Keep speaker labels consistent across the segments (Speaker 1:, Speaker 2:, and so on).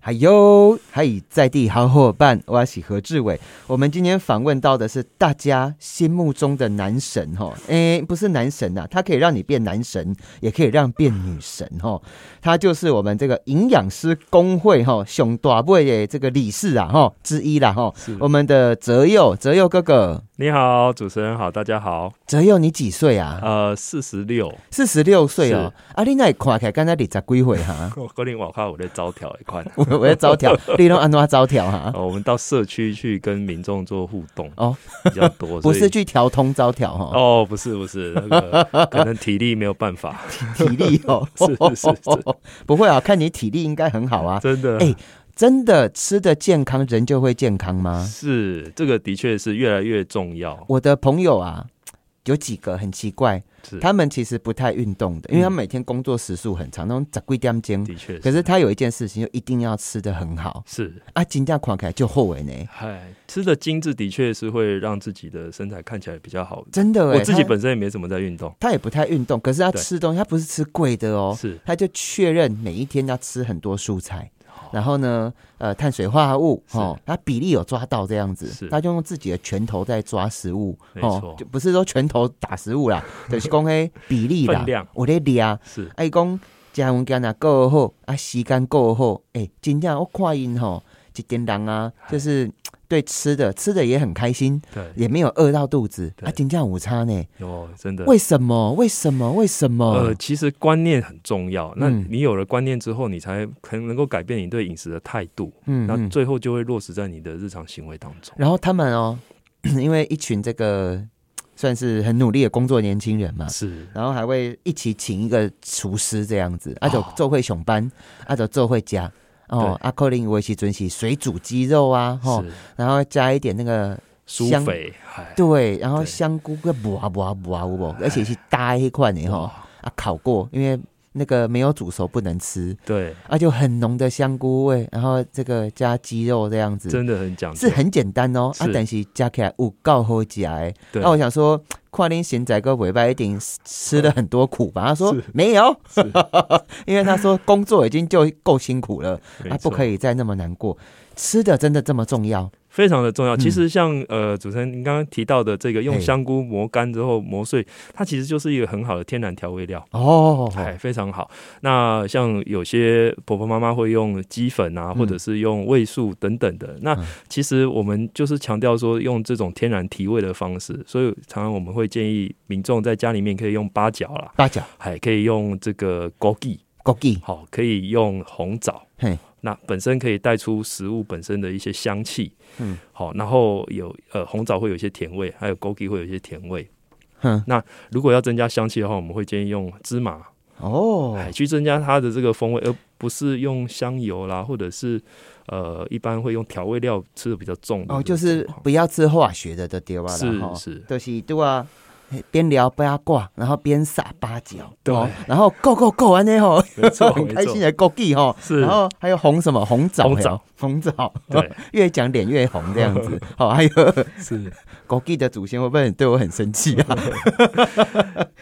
Speaker 1: 嗨哟，嗨，在地好伙伴，我是何志伟。我们今天访问到的是大家心目中的男神哈，诶、不是男神呐、啊他可以让你变男神，也可以让变女神哈。他就是我们这个营养师工会哈熊大会的这个理事啊哈之一啦哈。
Speaker 2: 是
Speaker 1: 我们的泽佑，泽佑哥哥，
Speaker 2: 你好，主持人好，大家好。
Speaker 1: 泽佑你几岁啊？
Speaker 2: 呃，四十六，
Speaker 1: 四十六岁哦。啊，你那看起来刚才你十几岁哈、
Speaker 2: 我可能我靠我在招条一块。
Speaker 1: 我我在招条，你都安怎招条哈？
Speaker 2: 呃，我们到社区去跟民众做互动
Speaker 1: 啊哦
Speaker 2: 哦，比较多，
Speaker 1: 不
Speaker 2: 所
Speaker 1: 是
Speaker 2: 以
Speaker 1: 去调通招条哈，
Speaker 2: 哦，不是不是，那 个可能体力没有办法，
Speaker 1: 体力哦，
Speaker 2: 是是是
Speaker 1: 不会啊，看你体力应该很好啊。
Speaker 2: 真的。
Speaker 1: 哎真的吃的健康，人就会健康吗？
Speaker 2: 是这个的确是越来越重要，
Speaker 1: 我的朋友啊，有几个很奇怪，
Speaker 2: 是
Speaker 1: 他们其实不太运动的，因为他们
Speaker 2: 嗯
Speaker 1: 每天工作时数很长，那种十几点钟。
Speaker 2: 的确
Speaker 1: 可是他有一件事情，就一定要吃的很好
Speaker 2: 是，
Speaker 1: 啊，金价垮开就后悔呢。
Speaker 2: 嗨，吃的精致的确是会让自己的身材看起来比较好。
Speaker 1: 真的、欸，
Speaker 2: 我自己
Speaker 1: 他
Speaker 2: 本身也没怎么在运动，
Speaker 1: 他也不太运动，可是他
Speaker 2: 对
Speaker 1: 吃东西，他不是吃贵的哦，
Speaker 2: 是
Speaker 1: 他就确认每一天要吃很多蔬菜，然后呢，呃，碳水化合物
Speaker 2: 哦是
Speaker 1: 哦，他比例有抓到这样子
Speaker 2: 是，
Speaker 1: 他就用自己的拳头在抓食物，
Speaker 2: 没
Speaker 1: 哦
Speaker 2: 错，
Speaker 1: 就不是说拳头打食物 啦，就是讲嘿比例啦
Speaker 2: 分量，
Speaker 1: 我咧抓，
Speaker 2: 是
Speaker 1: 爱讲加文干啊够好，啊时间够好，诶、真正我看因吼，一点人啊，就是对吃的吃的也很开心，
Speaker 2: 哎对，
Speaker 1: 也没有饿到肚子，
Speaker 2: 对
Speaker 1: 啊，真正午餐呢。
Speaker 2: 有真的
Speaker 1: 为什么？为什么？为什么？
Speaker 2: 呃，其实观念很重要。那
Speaker 1: 嗯
Speaker 2: 你有了观念之后，你才可能能够改变你对饮食的态度，
Speaker 1: 嗯
Speaker 2: 那、
Speaker 1: 嗯
Speaker 2: 最后就会落实在你的日常行为当中。
Speaker 1: 然后他们哦， 因为一群这个算是很努力的工作年轻人嘛，
Speaker 2: 是
Speaker 1: 然后还会一起请一个厨师这样子，啊就
Speaker 2: 哦
Speaker 1: 做会熊班，啊就做会家。哦，阿扣林维奇准喜水煮鸡肉啊，吼，然后加一点那个
Speaker 2: 是
Speaker 1: 香
Speaker 2: 苏肥，哎，
Speaker 1: 对，然后
Speaker 2: 对哎
Speaker 1: 香菇个补啊补啊补啊有无，而且是搭一块的吼，
Speaker 2: 哦
Speaker 1: 啊烤过，因为那个没有煮熟不能吃，
Speaker 2: 对，
Speaker 1: 啊就很浓的香菇味，然后这个加鸡肉这样子，
Speaker 2: 真的很讲究，
Speaker 1: 是很简单哦，啊，
Speaker 2: 是
Speaker 1: 但是加起来有够好食的。啊
Speaker 2: 对
Speaker 1: 那、我想说，跨年贤仔哥尾巴一定吃了很多苦吧？他说没有， 因为他说工作已经就够辛苦了，啊，不可
Speaker 2: 以，
Speaker 1: 以再那么难过。吃的真的这么重要？
Speaker 2: 非常的重要。
Speaker 1: 嗯
Speaker 2: 其实像呃，主持人您刚刚提到的这个用
Speaker 1: 嘿
Speaker 2: 香菇磨干之后磨碎，它其实就是一个很好的天然调味料。
Speaker 1: 哦，
Speaker 2: 哎，非常好。那像有些婆婆妈妈会用鸡粉啊，
Speaker 1: 嗯
Speaker 2: 或者是用味素等等的。那
Speaker 1: 嗯
Speaker 2: 其实我们就是强调说用这种天然提味的方式，所以常常我们会建议民众在家里面可以用八角啦，
Speaker 1: 八角、
Speaker 2: 还可以用这个枸杞，
Speaker 1: 枸杞，
Speaker 2: 好，可以用红枣
Speaker 1: 嘿。
Speaker 2: 那本身可以带出食物本身的一些香气，
Speaker 1: 嗯，
Speaker 2: 好，然后有呃红枣会有一些甜味，还有枸杞会有一些甜味。
Speaker 1: 哼，
Speaker 2: 如果要增加香气的话，我们会建议用芝麻
Speaker 1: 哦，
Speaker 2: 哎，去增加它的这个风味，而不是用香油啦，或者是呃，一般会用调味料吃的比较重的
Speaker 1: 哦，就
Speaker 2: 这种
Speaker 1: 是
Speaker 2: 情况。
Speaker 1: 不要吃化学的的丢啊，
Speaker 2: 是
Speaker 1: 吼
Speaker 2: 是
Speaker 1: 就是对啊。边聊八卦，然后边撒八角，
Speaker 2: 对
Speaker 1: 哦然后 go go go 安尼吼，
Speaker 2: 没 错，
Speaker 1: 很
Speaker 2: 没
Speaker 1: 开
Speaker 2: 错
Speaker 1: 心的啊枸杞哈，
Speaker 2: 是
Speaker 1: 然后还有红什么红枣，
Speaker 2: 红枣
Speaker 1: 有红枣，
Speaker 2: 对，
Speaker 1: 越讲脸越红这样 子。好，还有
Speaker 2: 是，
Speaker 1: 枸杞的祖先会不会很对我很生气 啊？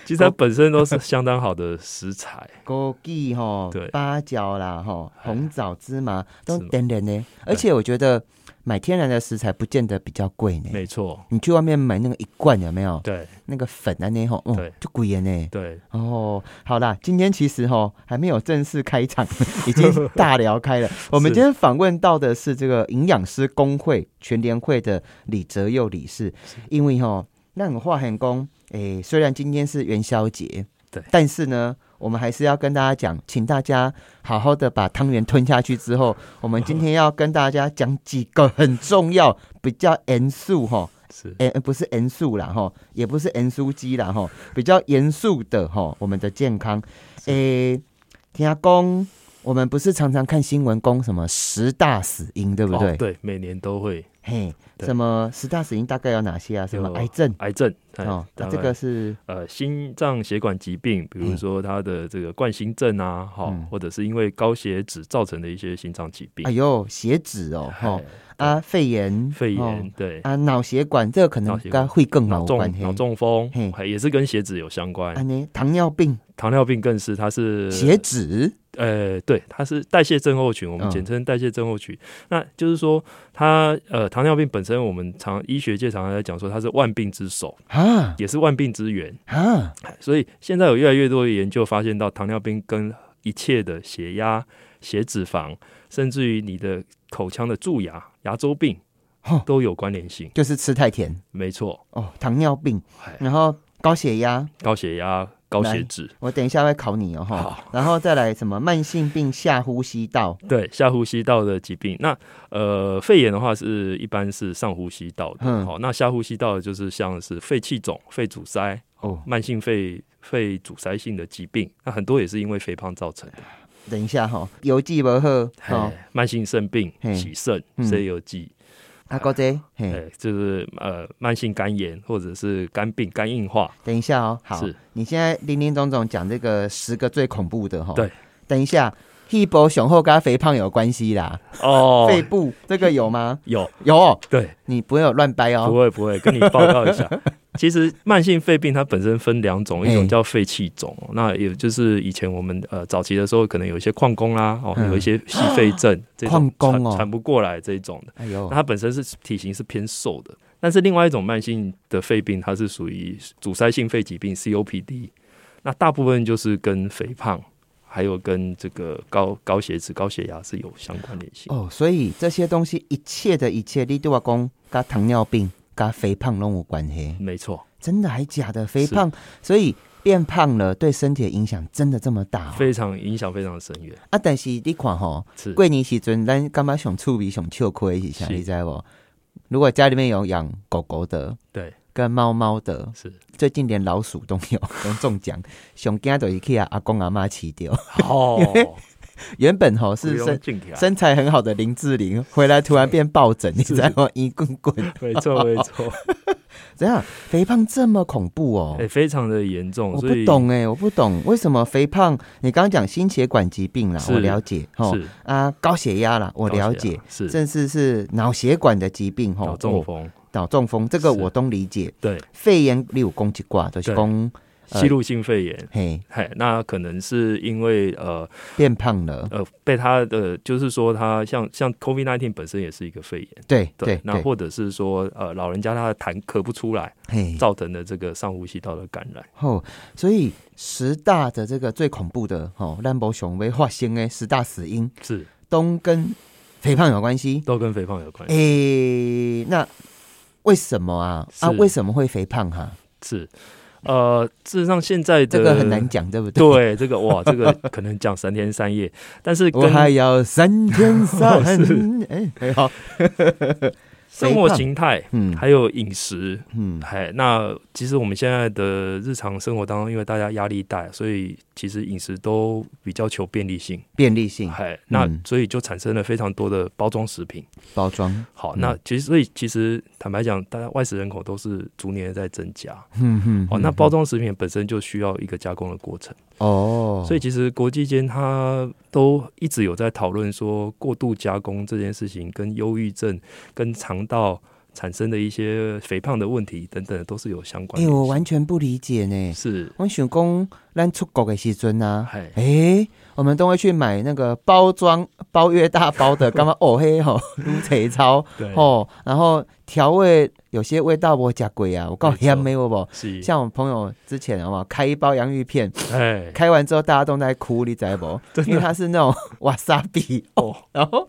Speaker 2: 其实
Speaker 1: 哦
Speaker 2: 它本身都是相当好的食材，
Speaker 1: 枸杞哈
Speaker 2: 对，哎
Speaker 1: 八角啦哈，红枣、芝麻都
Speaker 2: 芝麻
Speaker 1: 等等呢。而且我觉得买天然的食材不见得比较贵呢。
Speaker 2: 没错，
Speaker 1: 你去外面买那个一罐有没有？
Speaker 2: 对
Speaker 1: 那个粉啊那吼，嗯
Speaker 2: 对，
Speaker 1: 就贵的呢。
Speaker 2: 对，
Speaker 1: 哦，好啦，今天其实哈还没有正式开场，已经大聊开了。我们今天访问到的是这个营养师工会全联会的李哲佑理事，因为哈，那我话很公，诶、虽然今天是元宵节，
Speaker 2: 对
Speaker 1: 但是呢。我们还是要跟大家讲，请大家好好的把汤圆吞下去之后，我们今天要跟大家讲几个很重要、比较严肃哈，
Speaker 2: 是
Speaker 1: 哎、呃不是严肃啦哈，也不是严肃机啦哈，比较严肃的哈，我们的健康。诶、听讲，我们不是常常看新闻，讲什么十大死因，对不对？
Speaker 2: 哦对，每年都会
Speaker 1: 嘿，
Speaker 2: 对
Speaker 1: 什么十大死因大概有哪些啊？什么
Speaker 2: 有
Speaker 1: 癌症
Speaker 2: 癌症，哎
Speaker 1: 哦，那
Speaker 2: 当
Speaker 1: 这个
Speaker 2: 然
Speaker 1: 是
Speaker 2: 呃心脏血管疾病，比如
Speaker 1: 嗯
Speaker 2: 说它的这个冠心症啊，哈、
Speaker 1: 嗯
Speaker 2: 或者是因为高血脂造成的一些心脏疾病
Speaker 1: 哎，呦血脂哦，哈、
Speaker 2: 哎
Speaker 1: 啊肺炎，
Speaker 2: 肺炎，
Speaker 1: 哦
Speaker 2: 对，
Speaker 1: 啊脑血管，这个可能
Speaker 2: 脑血管
Speaker 1: 跟会更
Speaker 2: 脑
Speaker 1: 有
Speaker 2: 中
Speaker 1: 关
Speaker 2: 脑
Speaker 1: 系。
Speaker 2: 中风
Speaker 1: 嘿，
Speaker 2: 还也是跟血脂有相关
Speaker 1: 啊。呢，糖尿病、
Speaker 2: 糖尿病更是，它是
Speaker 1: 血脂
Speaker 2: 呃，对，它是代谢症候群，我们
Speaker 1: 嗯
Speaker 2: 简称代谢症候群。那就是说，它呃，糖尿病本身，我们常医学界常常在讲说它是万病之首，
Speaker 1: 啊
Speaker 2: 也是万病之源。
Speaker 1: 啊，
Speaker 2: 所以现在有越来越多的研究发现到，糖尿病跟一切的血压、血脂肪，甚至于你的口腔的蛀牙、牙周病
Speaker 1: 哼
Speaker 2: 都有关联性。
Speaker 1: 就是吃太甜
Speaker 2: 没错，
Speaker 1: 哦，糖尿病
Speaker 2: 哎，
Speaker 1: 然后高血压，
Speaker 2: 高血压、高血脂，
Speaker 1: 我等一下会考你哦哈
Speaker 2: 好，
Speaker 1: 然后再来什么慢性病下呼吸道，
Speaker 2: 对下呼吸道的疾病。那呃，肺炎的话是一般是上呼吸道的，
Speaker 1: 嗯
Speaker 2: 好、那下呼吸道的就是像是肺气肿、肺阻塞、
Speaker 1: 哦，
Speaker 2: 慢性肺肺阻塞性的疾病，那很多也是因为肥胖造成的。
Speaker 1: 等一下哈，邮寄不喝哦，
Speaker 2: 哎慢性肾病、
Speaker 1: 嘿
Speaker 2: 洗肾、
Speaker 1: 嗯
Speaker 2: C U G，
Speaker 1: 阿啊高姐，嘿，
Speaker 2: 哎，就是呃慢性肝炎或者是肝病、肝硬化，
Speaker 1: 等一下哦，好，
Speaker 2: 是
Speaker 1: 你现在林林总总讲这个十个最恐怖的哈，
Speaker 2: 对，
Speaker 1: 等一下。一波雄厚跟肥胖有关系啦，
Speaker 2: 哦
Speaker 1: 肺部这个有吗？
Speaker 2: 有
Speaker 1: 有哦，
Speaker 2: 对，
Speaker 1: 你不要乱掰
Speaker 2: 不
Speaker 1: 哦。
Speaker 2: 会不会，跟你报 告一下。其实慢性肺病它本身分两种，一种
Speaker 1: 哎
Speaker 2: 叫肺气肿，那也就是以前我们呃早期的时候可能有一些矿工啦，哦
Speaker 1: 嗯
Speaker 2: 有一些细肺 症，这种
Speaker 1: 矿工
Speaker 2: 喘
Speaker 1: 哦
Speaker 2: 喘不过来这种的。
Speaker 1: 哎呦
Speaker 2: 那，它本身是体型是偏瘦的，但是另外一种慢性的肺病，它是属于阻塞性肺疾病 （COPD）。那大部分就是跟肥胖，还有跟这个高高血脂、高血压是有相关联性。
Speaker 1: 哦，所以这些东西一切的一切，你对我讲，跟糖尿病、跟肥胖都有关系，
Speaker 2: 没错，
Speaker 1: 真的还假的？肥胖，所以变胖了对身体的影响真的这么大哦、
Speaker 2: 非常影响非常深远。
Speaker 1: 啊，但是你看吼、
Speaker 2: 是
Speaker 1: 过年时阵咱干嘛想趣味、想笑亏是啥？
Speaker 2: 是
Speaker 1: 你知不？如果家里面有养狗狗的，
Speaker 2: 对，
Speaker 1: 跟猫猫的，
Speaker 2: 是
Speaker 1: 最近连老鼠都 有都中奖，上惊就是去啊阿公阿妈饲掉。
Speaker 2: 哦，
Speaker 1: 原本吼、是
Speaker 2: 不
Speaker 1: 身
Speaker 2: 用进起来
Speaker 1: 身材很好的林志玲，回来突然变抱枕，你知道吗？一棍棍，
Speaker 2: 没错没错，
Speaker 1: 怎样？肥胖这么恐怖哦
Speaker 2: 哎、？非常的严重，
Speaker 1: 我
Speaker 2: 哦所
Speaker 1: 不
Speaker 2: 以
Speaker 1: 懂哎、我不懂为什么肥胖？你刚刚讲心血管疾病啦，
Speaker 2: 是
Speaker 1: 我了解吼
Speaker 2: 是
Speaker 1: 啊，高血压啦，我
Speaker 2: 高血压
Speaker 1: 了解，
Speaker 2: 是
Speaker 1: 甚至是脑血管的哦疾病吼，
Speaker 2: 脑中风，
Speaker 1: 脑中风这个
Speaker 2: 是
Speaker 1: 我都理解。
Speaker 2: 对，
Speaker 1: 肺炎六攻击挂就是
Speaker 2: 对
Speaker 1: 攻呃
Speaker 2: 吸入性肺炎。
Speaker 1: 嘿
Speaker 2: 嘿，那可能是因为呃
Speaker 1: 变胖了，
Speaker 2: 呃，被他的就是说他像像 COVID nineteen 本身也是一个肺炎，
Speaker 1: 对
Speaker 2: 对，
Speaker 1: 对
Speaker 2: 那
Speaker 1: 对，
Speaker 2: 或者是说呃老人家他的痰咳不出来，
Speaker 1: 嘿，
Speaker 2: 造成的这个上呼吸道的感染，
Speaker 1: 吼，所以十大的这个最恐怖的吼，兰博熊威化纤诶十大死因，
Speaker 2: 是
Speaker 1: 都跟肥胖有关系。
Speaker 2: 都跟肥胖有关系。
Speaker 1: 诶、那为什么啊？啊，
Speaker 2: 是
Speaker 1: 为什么会肥胖哈、
Speaker 2: 是，呃，事实上现在
Speaker 1: 这
Speaker 2: 的
Speaker 1: 个很难。讲，对不对？
Speaker 2: 对这个哇，这个可能讲三天三夜，但是
Speaker 1: 我
Speaker 2: 跟
Speaker 1: 还要三天三 哎，很好，
Speaker 2: 生活
Speaker 1: 肥胖
Speaker 2: 形态
Speaker 1: 嗯
Speaker 2: 还有饮食，
Speaker 1: 嗯，
Speaker 2: 哎，那其实我们现在的日常生活当中，因为大家压力大，所以其实饮食都比较求便利性。
Speaker 1: 便利性
Speaker 2: 哎，那
Speaker 1: 嗯
Speaker 2: 所以就产生了非常多的包装食品。
Speaker 1: 包装，
Speaker 2: 好，
Speaker 1: 嗯
Speaker 2: 那其实所以其实坦白讲，大家外食人口都是逐年在增加。
Speaker 1: 嗯哼
Speaker 2: 哦，那包装食品本身就需要一个加工的过程，
Speaker 1: 哦，
Speaker 2: 所以其实国际间它都一直有在讨论说，过度加工这件事情跟忧郁症、跟肠道产生的一些肥胖的问题等等，都是有相关
Speaker 1: 哎、
Speaker 2: 联性。
Speaker 1: 我完全不理解呢。
Speaker 2: 是，
Speaker 1: 我想讲，咱出国的时阵啊，
Speaker 2: 哎，
Speaker 1: 哎、我们都会去买那个包装包越大包的， 干嘛哦嘿吼，撸贼超
Speaker 2: 对，
Speaker 1: 哦，然后调味有些味道我加贵啊，我告诉你
Speaker 2: 没错
Speaker 1: 没有不？
Speaker 2: 是，
Speaker 1: 像我朋友之前好不好，开一包洋芋片，
Speaker 2: 哎，
Speaker 1: 开完之后大家都在哭，你知道 不？因为它是那种瓦萨比，
Speaker 2: 哦，
Speaker 1: 然后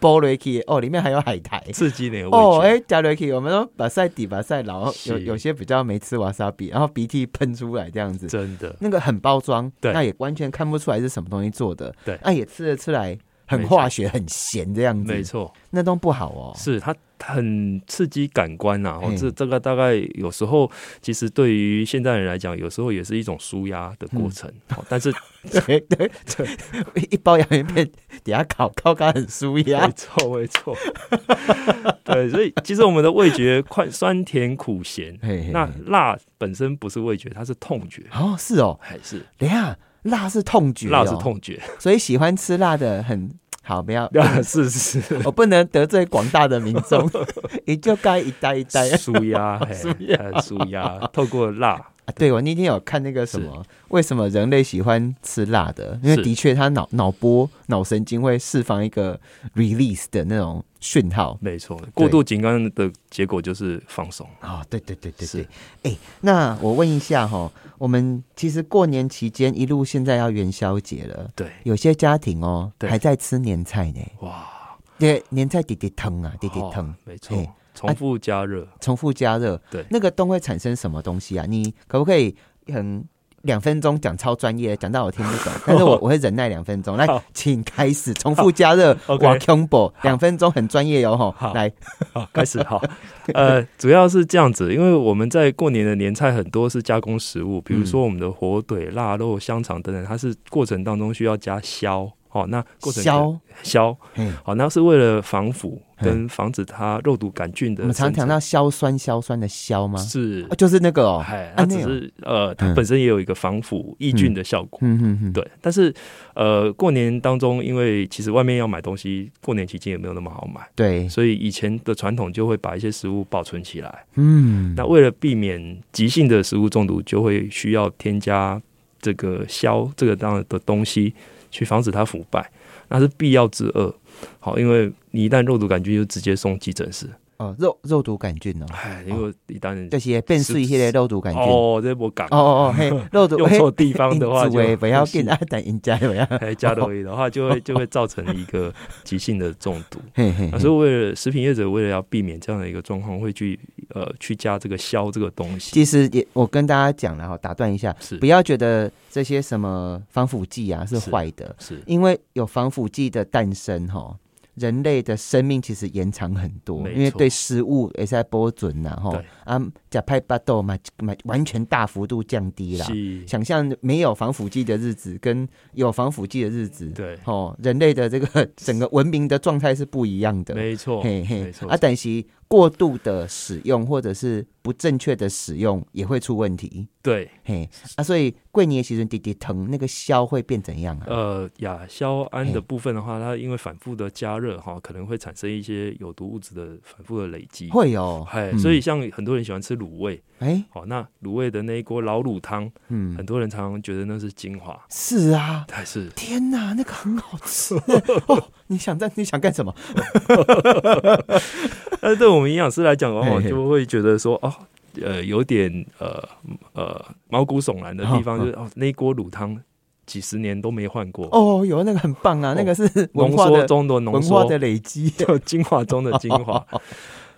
Speaker 1: 剥了去哦，里面还有海苔。
Speaker 2: 刺激你的味
Speaker 1: 哦，
Speaker 2: 觉
Speaker 1: 哎、加瑞 k 我们都把塞底把塞，然后有
Speaker 2: 是
Speaker 1: 有些比较没吃瓦萨比，然后鼻涕喷出来这样子，
Speaker 2: 真的
Speaker 1: 那个很包装，
Speaker 2: 对
Speaker 1: 那也完全看不出来是什么东西做的，
Speaker 2: 对
Speaker 1: 那、也吃得出来很
Speaker 2: 没错
Speaker 1: 化学、很咸这样
Speaker 2: 没
Speaker 1: 子，
Speaker 2: 错。
Speaker 1: 那都不好哦。
Speaker 2: 是它很刺激感官呐、哦
Speaker 1: 嘿，
Speaker 2: 这这个大概有时候其实对于现代人来讲，有时候也是一种舒压的过程。
Speaker 1: 嗯
Speaker 2: 哦但是
Speaker 1: 对对 对， 一包洋芋片底下烤烤干很舒压
Speaker 2: 没，错没错， 对，所以其实我们的味觉快酸甜苦咸，
Speaker 1: 嘿嘿
Speaker 2: 那
Speaker 1: 嘿
Speaker 2: 辣本身不是味觉，它是痛觉，
Speaker 1: 哦是哦，
Speaker 2: 还是
Speaker 1: 等一下辣是痛觉、哦，
Speaker 2: 辣是，痛觉？
Speaker 1: 所以喜欢吃辣的很好，不要。
Speaker 2: 是 是是，
Speaker 1: 我不能得罪广大的民 众，也就该一代一代。
Speaker 2: 舒压，嘿，舒压，透过辣
Speaker 1: 啊，对我那天有看那个什么，为什么人类喜欢吃辣的？因为
Speaker 2: 是
Speaker 1: 的确，它脑脑波、脑神经会释放一个 release 的那种讯号。
Speaker 2: 没错，过度紧张的结果就是放松。
Speaker 1: 哦，对对对对对
Speaker 2: 是，
Speaker 1: 哎、那我问一下哈，我们其实过年期间一路现在要元宵节了，
Speaker 2: 对，
Speaker 1: 有些家庭哦
Speaker 2: 对
Speaker 1: 还在吃年菜呢，
Speaker 2: 哇，
Speaker 1: 对，年菜滴滴疼啊，滴滴
Speaker 2: 好
Speaker 1: 疼，
Speaker 2: 没
Speaker 1: 嘿啊
Speaker 2: 错，重复加热。
Speaker 1: 重复加热，
Speaker 2: 对
Speaker 1: 那个冻会产生什么东西啊？你可不可以很两分钟讲超专业，讲到我听不 懂，但是我我会忍耐两分钟。来
Speaker 2: 好，
Speaker 1: 请开始重复加热
Speaker 2: OK
Speaker 1: 哇 combo 两分钟很专业哟吼，
Speaker 2: 好
Speaker 1: 来，
Speaker 2: 好，开始好。呃，主要是这样子，因为我们在过年的年菜很多是加工食物，比
Speaker 1: 嗯
Speaker 2: 如说我们的火腿、腊肉、香肠等等，它是过程当中需要加硝。好、那过程呃
Speaker 1: 消，
Speaker 2: 硝，
Speaker 1: 嘿
Speaker 2: 好，那是为了防腐跟防止它肉毒杆菌的
Speaker 1: 我们常
Speaker 2: 生
Speaker 1: 常
Speaker 2: 成
Speaker 1: 讲到硝酸硝酸的硝吗？
Speaker 2: 是
Speaker 1: 啊，就是那个哦，
Speaker 2: 哎，
Speaker 1: 啊
Speaker 2: 它
Speaker 1: 那
Speaker 2: 只
Speaker 1: 样
Speaker 2: 是呃，它
Speaker 1: 嗯
Speaker 2: 本身也有一个防腐抑菌的效果。
Speaker 1: 嗯嗯嗯，
Speaker 2: 对，但是呃，过年当中，因为其实外面要买东西，过年期间也没有那么好买，
Speaker 1: 对，
Speaker 2: 所以以前的传统就会把一些食物保存起来。
Speaker 1: 嗯，
Speaker 2: 那为了避免急性的食物中毒，就会需要添加这个硝这个这样的东西，去防止它腐败，那是必要之恶。好，因为你一旦肉毒杆菌就直接送急诊室，
Speaker 1: 哦肉肉毒杆菌哦，
Speaker 2: 哎，因为一旦
Speaker 1: 这些变是一些的肉毒杆菌。哦
Speaker 2: 哦，这我感
Speaker 1: 哦哦，嘿，肉毒
Speaker 2: 用
Speaker 1: 嘿
Speaker 2: 错地方的 话
Speaker 1: 因
Speaker 2: 就哎
Speaker 1: 此为不要给
Speaker 2: 是
Speaker 1: 阿等人家不要，哦
Speaker 2: 还加了一的话，就 会就会造成一个急性的中毒。
Speaker 1: 嘿嘿，
Speaker 2: 啊，
Speaker 1: 嘿
Speaker 2: 所以为了食品业者为了要避免这样的一个状况，会去呃去加这个硝这个东西。
Speaker 1: 其实也我跟大家讲了哈，打断一下，
Speaker 2: 是
Speaker 1: 不要觉得这些什么防腐剂啊是
Speaker 2: 是
Speaker 1: 坏的，
Speaker 2: 是
Speaker 1: 因为有防腐剂的诞生哈，人类的生命其实延长很多，
Speaker 2: 没错
Speaker 1: 因为对食物也是在波准呐哈
Speaker 2: 对，
Speaker 1: 啊，甲派巴豆嘛嘛完全大幅度降低啦。
Speaker 2: 是，
Speaker 1: 想象没有防腐剂的日子跟有防腐剂的日子，
Speaker 2: 对，
Speaker 1: 哦，人类的这个整个文明的状态是不一样的。
Speaker 2: 没错，
Speaker 1: 嘿嘿
Speaker 2: 没，错
Speaker 1: 啊，但是过度的使用或者是不正确的使用也会出问题。
Speaker 2: 对，
Speaker 1: 嘿，啊，所以桂年其实滴滴疼那个消会变怎样啊？
Speaker 2: 呃，亚硝胺
Speaker 1: 嘿
Speaker 2: 的部分的话，它因为反复的加热哈，可能会产生一些有毒物质的反复的累积。
Speaker 1: 会哦，
Speaker 2: 哎，
Speaker 1: 嗯
Speaker 2: 所以像很多人喜欢吃卤味，
Speaker 1: 哎，
Speaker 2: 好，那卤味的那一锅老卤汤，
Speaker 1: 嗯
Speaker 2: 很，多人常常觉得那是精华，
Speaker 1: 是啊，
Speaker 2: 但是
Speaker 1: 天哪，那个很好吃哦！你想干你想干什么？
Speaker 2: 但是呃对我们营养师来讲，往往
Speaker 1: 嘿嘿
Speaker 2: 就会觉得说，哦，呃，有点呃呃毛骨悚然的地方，
Speaker 1: 哦
Speaker 2: 就是哦，那一锅卤汤几十年都没换过，
Speaker 1: 哦，有那个很棒啊，那个是文
Speaker 2: 哦浓
Speaker 1: 化
Speaker 2: 缩
Speaker 1: 的
Speaker 2: 中的浓
Speaker 1: 文化
Speaker 2: 缩
Speaker 1: 的，累积。
Speaker 2: 就精华中的 精华。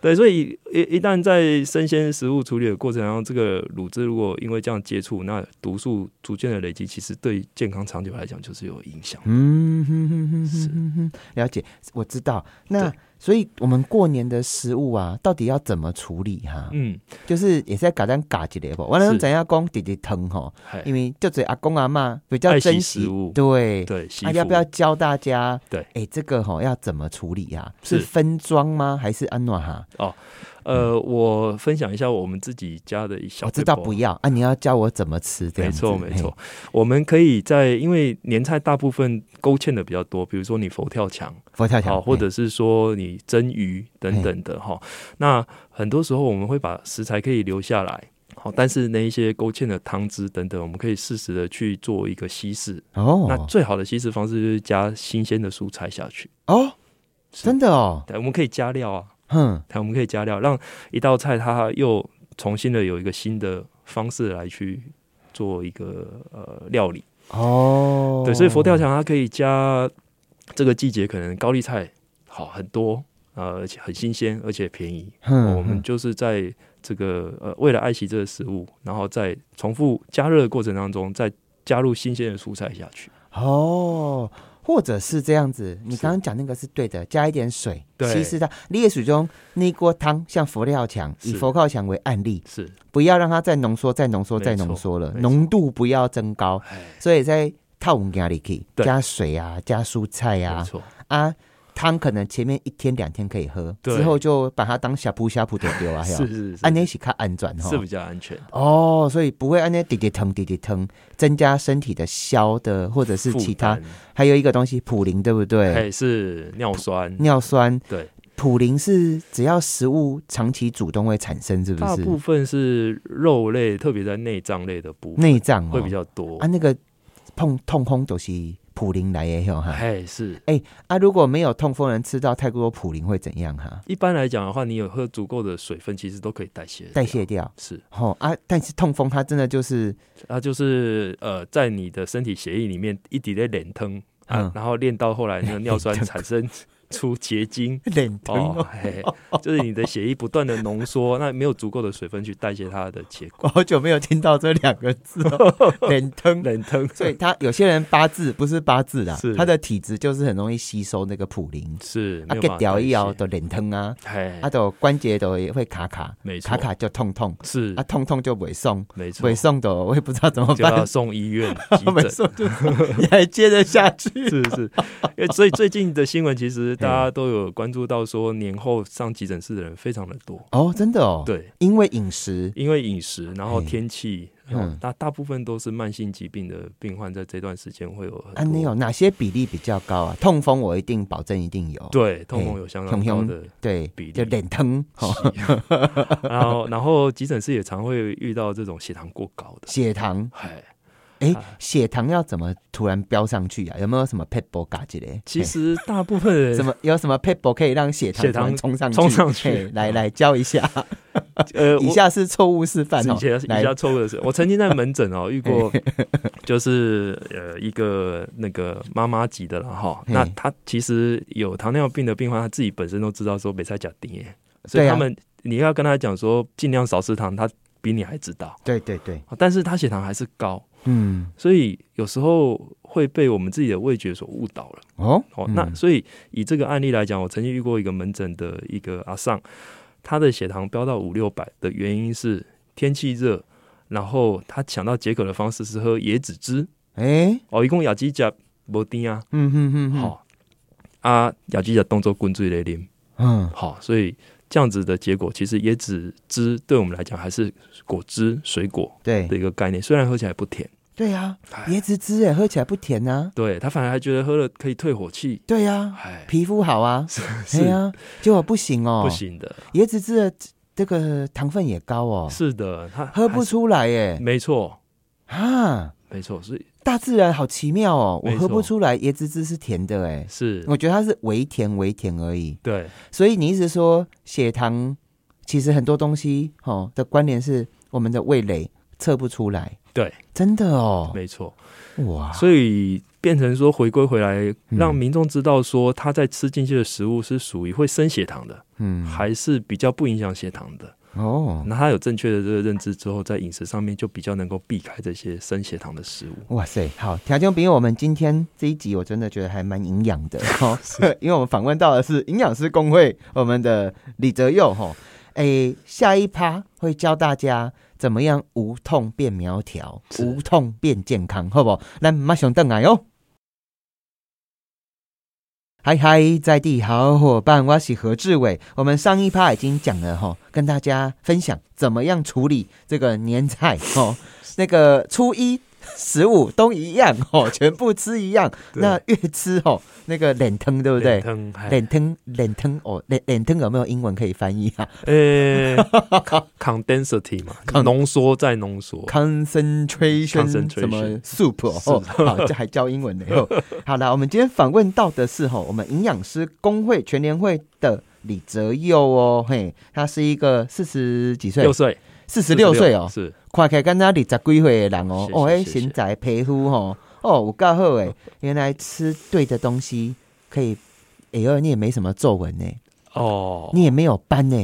Speaker 2: 对，所以一一旦在生鲜食物处理的过程当中，这个乳汁如果因为这样接触，那毒素逐渐的累积，其实对健康长久来讲就是有影响。
Speaker 1: 嗯哼哼哼哼哼哼，了解，我知道。那
Speaker 2: 对
Speaker 1: 所以我们过年的食物啊，到底要怎么处理哈、
Speaker 2: 嗯，
Speaker 1: 就是也是在嘎咱嘎一个不，我咱
Speaker 2: 是
Speaker 1: 怎样讲滴滴疼吼，
Speaker 2: 嗨
Speaker 1: 因为就只阿公阿妈比较
Speaker 2: 爱惜
Speaker 1: 珍
Speaker 2: 食
Speaker 1: 惜
Speaker 2: 物
Speaker 1: 对。
Speaker 2: 对，惜
Speaker 1: 啊，要不
Speaker 2: 福
Speaker 1: 要教大家？
Speaker 2: 对
Speaker 1: 哎、这个吼、要怎么处理啊？是
Speaker 2: 是
Speaker 1: 分装吗？还是安暖哈？
Speaker 2: 呃，我分享一下我们自己家的一小
Speaker 1: 我知道
Speaker 2: paper
Speaker 1: 不要啊，你要教我怎么吃，这
Speaker 2: 没
Speaker 1: 样子
Speaker 2: 错，没错。。我们可以在因为年菜大部分勾芡的比较多，比如说你佛跳墙，
Speaker 1: 嘿佛跳墙，
Speaker 2: 好，
Speaker 1: 嘿
Speaker 2: 或者是说你蒸鱼等等的哈。那很多时候我们会把食材可以留下来，好，但是那一些勾芡的汤汁等等，我们可以适时的去做一个稀释。那
Speaker 1: 哦
Speaker 2: 最好的稀释方式就是加新鲜的蔬菜下去。
Speaker 1: 哦，
Speaker 2: 是
Speaker 1: 真的哦，
Speaker 2: 对，我们可以加料啊，
Speaker 1: 哼，
Speaker 2: 对我们可以加料，让一道菜它又重新的有一个新的方式来去做一个呃料理。
Speaker 1: 哦，
Speaker 2: 对，所以佛跳墙它可以加这个季节可能高丽菜好很多，呃，而且很新鲜，而且便宜。
Speaker 1: 哼，
Speaker 2: 我们
Speaker 1: 嗯哼
Speaker 2: 就是在这个呃，为了爱惜这个食物，然后在重复加热的过程当中，再加入新鲜的蔬菜下去。
Speaker 1: 哦，或者是这样子，你
Speaker 2: 是
Speaker 1: 刚刚讲那个是对的，加一点水，
Speaker 2: 对
Speaker 1: 稀释它。烈水中那一锅汤，像佛跳墙，以
Speaker 2: 是
Speaker 1: 佛跳墙为案例，
Speaker 2: 是，
Speaker 1: 不要让它再浓缩、再浓缩、
Speaker 2: 没
Speaker 1: 再
Speaker 2: 错
Speaker 1: 浓缩了，
Speaker 2: 没错
Speaker 1: 浓度不要增高。
Speaker 2: 哎，
Speaker 1: 所以在套我们家里可以
Speaker 2: 对
Speaker 1: 加水啊，加蔬菜
Speaker 2: 没
Speaker 1: 啊，
Speaker 2: 错，
Speaker 1: 啊。汤可能前面一天两天可以喝，
Speaker 2: 对
Speaker 1: 之后就把它当小铺小铺丢 丢啊，嘿哦
Speaker 2: 是是是，
Speaker 1: 按那起看安转哈
Speaker 2: 是，比较安全的。
Speaker 1: 哦，所以不会按那滴滴疼滴滴疼，增加身体的消的或者是
Speaker 2: 负
Speaker 1: 其他
Speaker 2: 担，
Speaker 1: 还有一个东西，普林对不对？嗯
Speaker 2: 哎，是尿酸，
Speaker 1: 尿酸
Speaker 2: 对，
Speaker 1: 普林是只要食物长期煮都会产生，是不
Speaker 2: 大
Speaker 1: 是？
Speaker 2: 部分是肉类，特别在内脏类的部分
Speaker 1: 内脏、哦、
Speaker 2: 会比较多。
Speaker 1: 啊，那个碰痛风都是普林来的哟哈。
Speaker 2: 哎，是
Speaker 1: 啊，如果没有痛风人吃到太多普林会怎样哈？
Speaker 2: 一般来讲的话，你有喝足够的水分，其实都可以代谢掉
Speaker 1: 代谢掉。
Speaker 2: 是，
Speaker 1: 哦啊，但是痛风它真的 就是
Speaker 2: 它就是呃，在你的身体血液里面一滴的脸疼
Speaker 1: 嗯
Speaker 2: 啊，然后练到后来那个尿酸 产生出结晶。
Speaker 1: 脸
Speaker 2: 哦，嘿，就是你的血液不断的浓缩，那没有足够的水分去代谢它的结果，
Speaker 1: 我哦好久没有听到这两个字 哦，脸疼。
Speaker 2: 冷疼。
Speaker 1: 所以他有些人八字不是八字啦
Speaker 2: 是，
Speaker 1: 他的体质就是很容易吸收那个普林，
Speaker 2: 是
Speaker 1: 啊，
Speaker 2: 没有
Speaker 1: 给
Speaker 2: 办法
Speaker 1: 掉一摇
Speaker 2: 摇，
Speaker 1: 都脸疼啊，
Speaker 2: 哎
Speaker 1: 啊，，都关节都会卡卡，
Speaker 2: 没错
Speaker 1: 卡，卡就痛痛，
Speaker 2: 是
Speaker 1: 啊，痛痛就尾送，
Speaker 2: 没错
Speaker 1: 尾，送的哦我也不知道怎么
Speaker 2: 就要
Speaker 1: 办，
Speaker 2: 送医院 急
Speaker 1: 尾
Speaker 2: 诊。
Speaker 1: 送就是 你还接得下去？
Speaker 2: 是是，因为所以最近的新闻其实大家都有关注到，说年后上急诊室的人非常的多。
Speaker 1: 哦，真的哦，，
Speaker 2: 对，
Speaker 1: 因为饮食，
Speaker 2: 因为饮食，然后
Speaker 1: 嘿
Speaker 2: 天气，
Speaker 1: 嗯
Speaker 2: 嗯，大大部分都是慢性疾病的病患，在这段时间会有
Speaker 1: 啊，
Speaker 2: 很
Speaker 1: 你
Speaker 2: 多
Speaker 1: 有哪些比例比较高啊？痛风我一定保证一定有，
Speaker 2: 对痛风有相当
Speaker 1: 嘿
Speaker 2: 高的
Speaker 1: 对，
Speaker 2: 比例
Speaker 1: 就脸疼，哦
Speaker 2: 是然后然后急诊室也常会遇到这种血糖过高 的，
Speaker 1: 血糖，
Speaker 2: 哎，
Speaker 1: 哎
Speaker 2: 啊，
Speaker 1: 血糖要怎么突然飙上去啊？有没有什么 p e b b l e 嘎之类？
Speaker 2: 其实大部分
Speaker 1: 嘿。什
Speaker 2: 人
Speaker 1: 么有什么 p e b b l e 可以让血糖突
Speaker 2: 血糖
Speaker 1: 然冲上去？
Speaker 2: 冲上去
Speaker 1: 嘿来来教一下。
Speaker 2: 呃，我
Speaker 1: 以下是错误示范
Speaker 2: 是
Speaker 1: 哦
Speaker 2: 以。前以
Speaker 1: 来
Speaker 2: 前抽的是，我曾经在门诊哦遇过，就是呃一个那个妈妈级的了哈。
Speaker 1: 嘿
Speaker 2: 那她其实有糖尿病的病患，她自己本身都知道说北塞甲低耶，所
Speaker 1: 对
Speaker 2: 以
Speaker 1: 啊
Speaker 2: 他们、你要跟她讲说尽量少吃糖，她比你还知道，
Speaker 1: 对对对，
Speaker 2: 但是她血糖还是高，
Speaker 1: 嗯，
Speaker 2: 所以有时候会被我们自己的味觉所误导了。
Speaker 1: 哦，
Speaker 2: 哦，
Speaker 1: 嗯
Speaker 2: 那所以以这个案例来讲，我曾经遇过一个门诊的一个阿尚，他的血糖飙到五六百的原因是天气热，然后他想到解渴的方式是喝椰子汁。
Speaker 1: 哎，
Speaker 2: 哦，一共亚基甲无甜啊，
Speaker 1: 嗯哼哼哼，
Speaker 2: 好、啊，亚基甲动作滚水来啉，
Speaker 1: 嗯，
Speaker 2: 好、所以这样子的结果，其实椰子汁对我们来讲还是果汁、水果
Speaker 1: 对
Speaker 2: 的一个概念，虽然喝起来不甜，
Speaker 1: 对啊，
Speaker 2: 哎，
Speaker 1: 椰子汁哎，喝起来不甜啊，
Speaker 2: 对他反而还觉得喝了可以退火气，
Speaker 1: 对啊，
Speaker 2: 哎，
Speaker 1: 皮肤好啊，
Speaker 2: 是
Speaker 1: 对啊，结果不行哦，
Speaker 2: 不，行的，
Speaker 1: 椰子汁的这个糖分也高哦，
Speaker 2: 是的，他
Speaker 1: 喝不出来哎，
Speaker 2: 没错，
Speaker 1: 啊，
Speaker 2: 没错，是
Speaker 1: 大自然好奇妙哦，我
Speaker 2: 没
Speaker 1: 喝不
Speaker 2: 错
Speaker 1: 出来椰子汁是甜的哎，
Speaker 2: 是，
Speaker 1: 我觉得它是微甜微甜而已，
Speaker 2: 对，
Speaker 1: 所以你一直说血糖，其实很多东西哦的关联是我们的味蕾测不出来。
Speaker 2: 对，
Speaker 1: 真的哦，
Speaker 2: 没错。
Speaker 1: 哇，
Speaker 2: 所以变成说回归回来，让
Speaker 1: 嗯
Speaker 2: 民众知道说他在吃进去的食物是属于会升血糖的，
Speaker 1: 嗯，
Speaker 2: 还是比较不影响血糖的。
Speaker 1: 哦，
Speaker 2: 那他有正确的这个认知之后，在饮食上面就比较能够避开这些升血糖的食物。
Speaker 1: 哇塞，好，条件比我们今天这一集，我真的觉得还蛮营养的哦， 因为我们访问到的是营养师工会我们的李泽佑哈，诶，下一趴会教大家怎么样无痛变苗条，
Speaker 2: 是
Speaker 1: 无痛变健康，好不好？咱马上等来哦。嗨嗨，在地好伙伴，我是何志伟。我们上一趴已经讲了哈，跟大家分享怎么样处理这个年菜哦，那个初一。十五都一样哦，全部吃一样。
Speaker 2: 对
Speaker 1: 那越吃哦，那个脸疼，对不对？
Speaker 2: 疼，
Speaker 1: 脸疼，脸疼哦，脸脸疼有没有英文可以翻译啊
Speaker 2: 呃 ，condensity 嘛，
Speaker 1: Con-
Speaker 2: 浓缩再浓缩，
Speaker 1: ？Concentration
Speaker 2: 哦 Concentration
Speaker 1: 什么 soup
Speaker 2: 是
Speaker 1: 哦，好，这还教英文呢。哦 好啦，我们今天访问到的是哦吼，我们营养师工会全联会的李泽佑哦，嘿，他是一个四十几岁
Speaker 2: 六，岁，
Speaker 1: 四十六岁哦，
Speaker 2: 是
Speaker 1: 看起来跟他二十几岁的人哦，
Speaker 2: 是是
Speaker 1: 哦，哎，
Speaker 2: 是是
Speaker 1: 身材皮肤哦，哦，有够好 哎，原来吃对的东西可以，哎呦，你也没什么皱纹呢。
Speaker 2: 哦，
Speaker 1: 你也没有斑呢、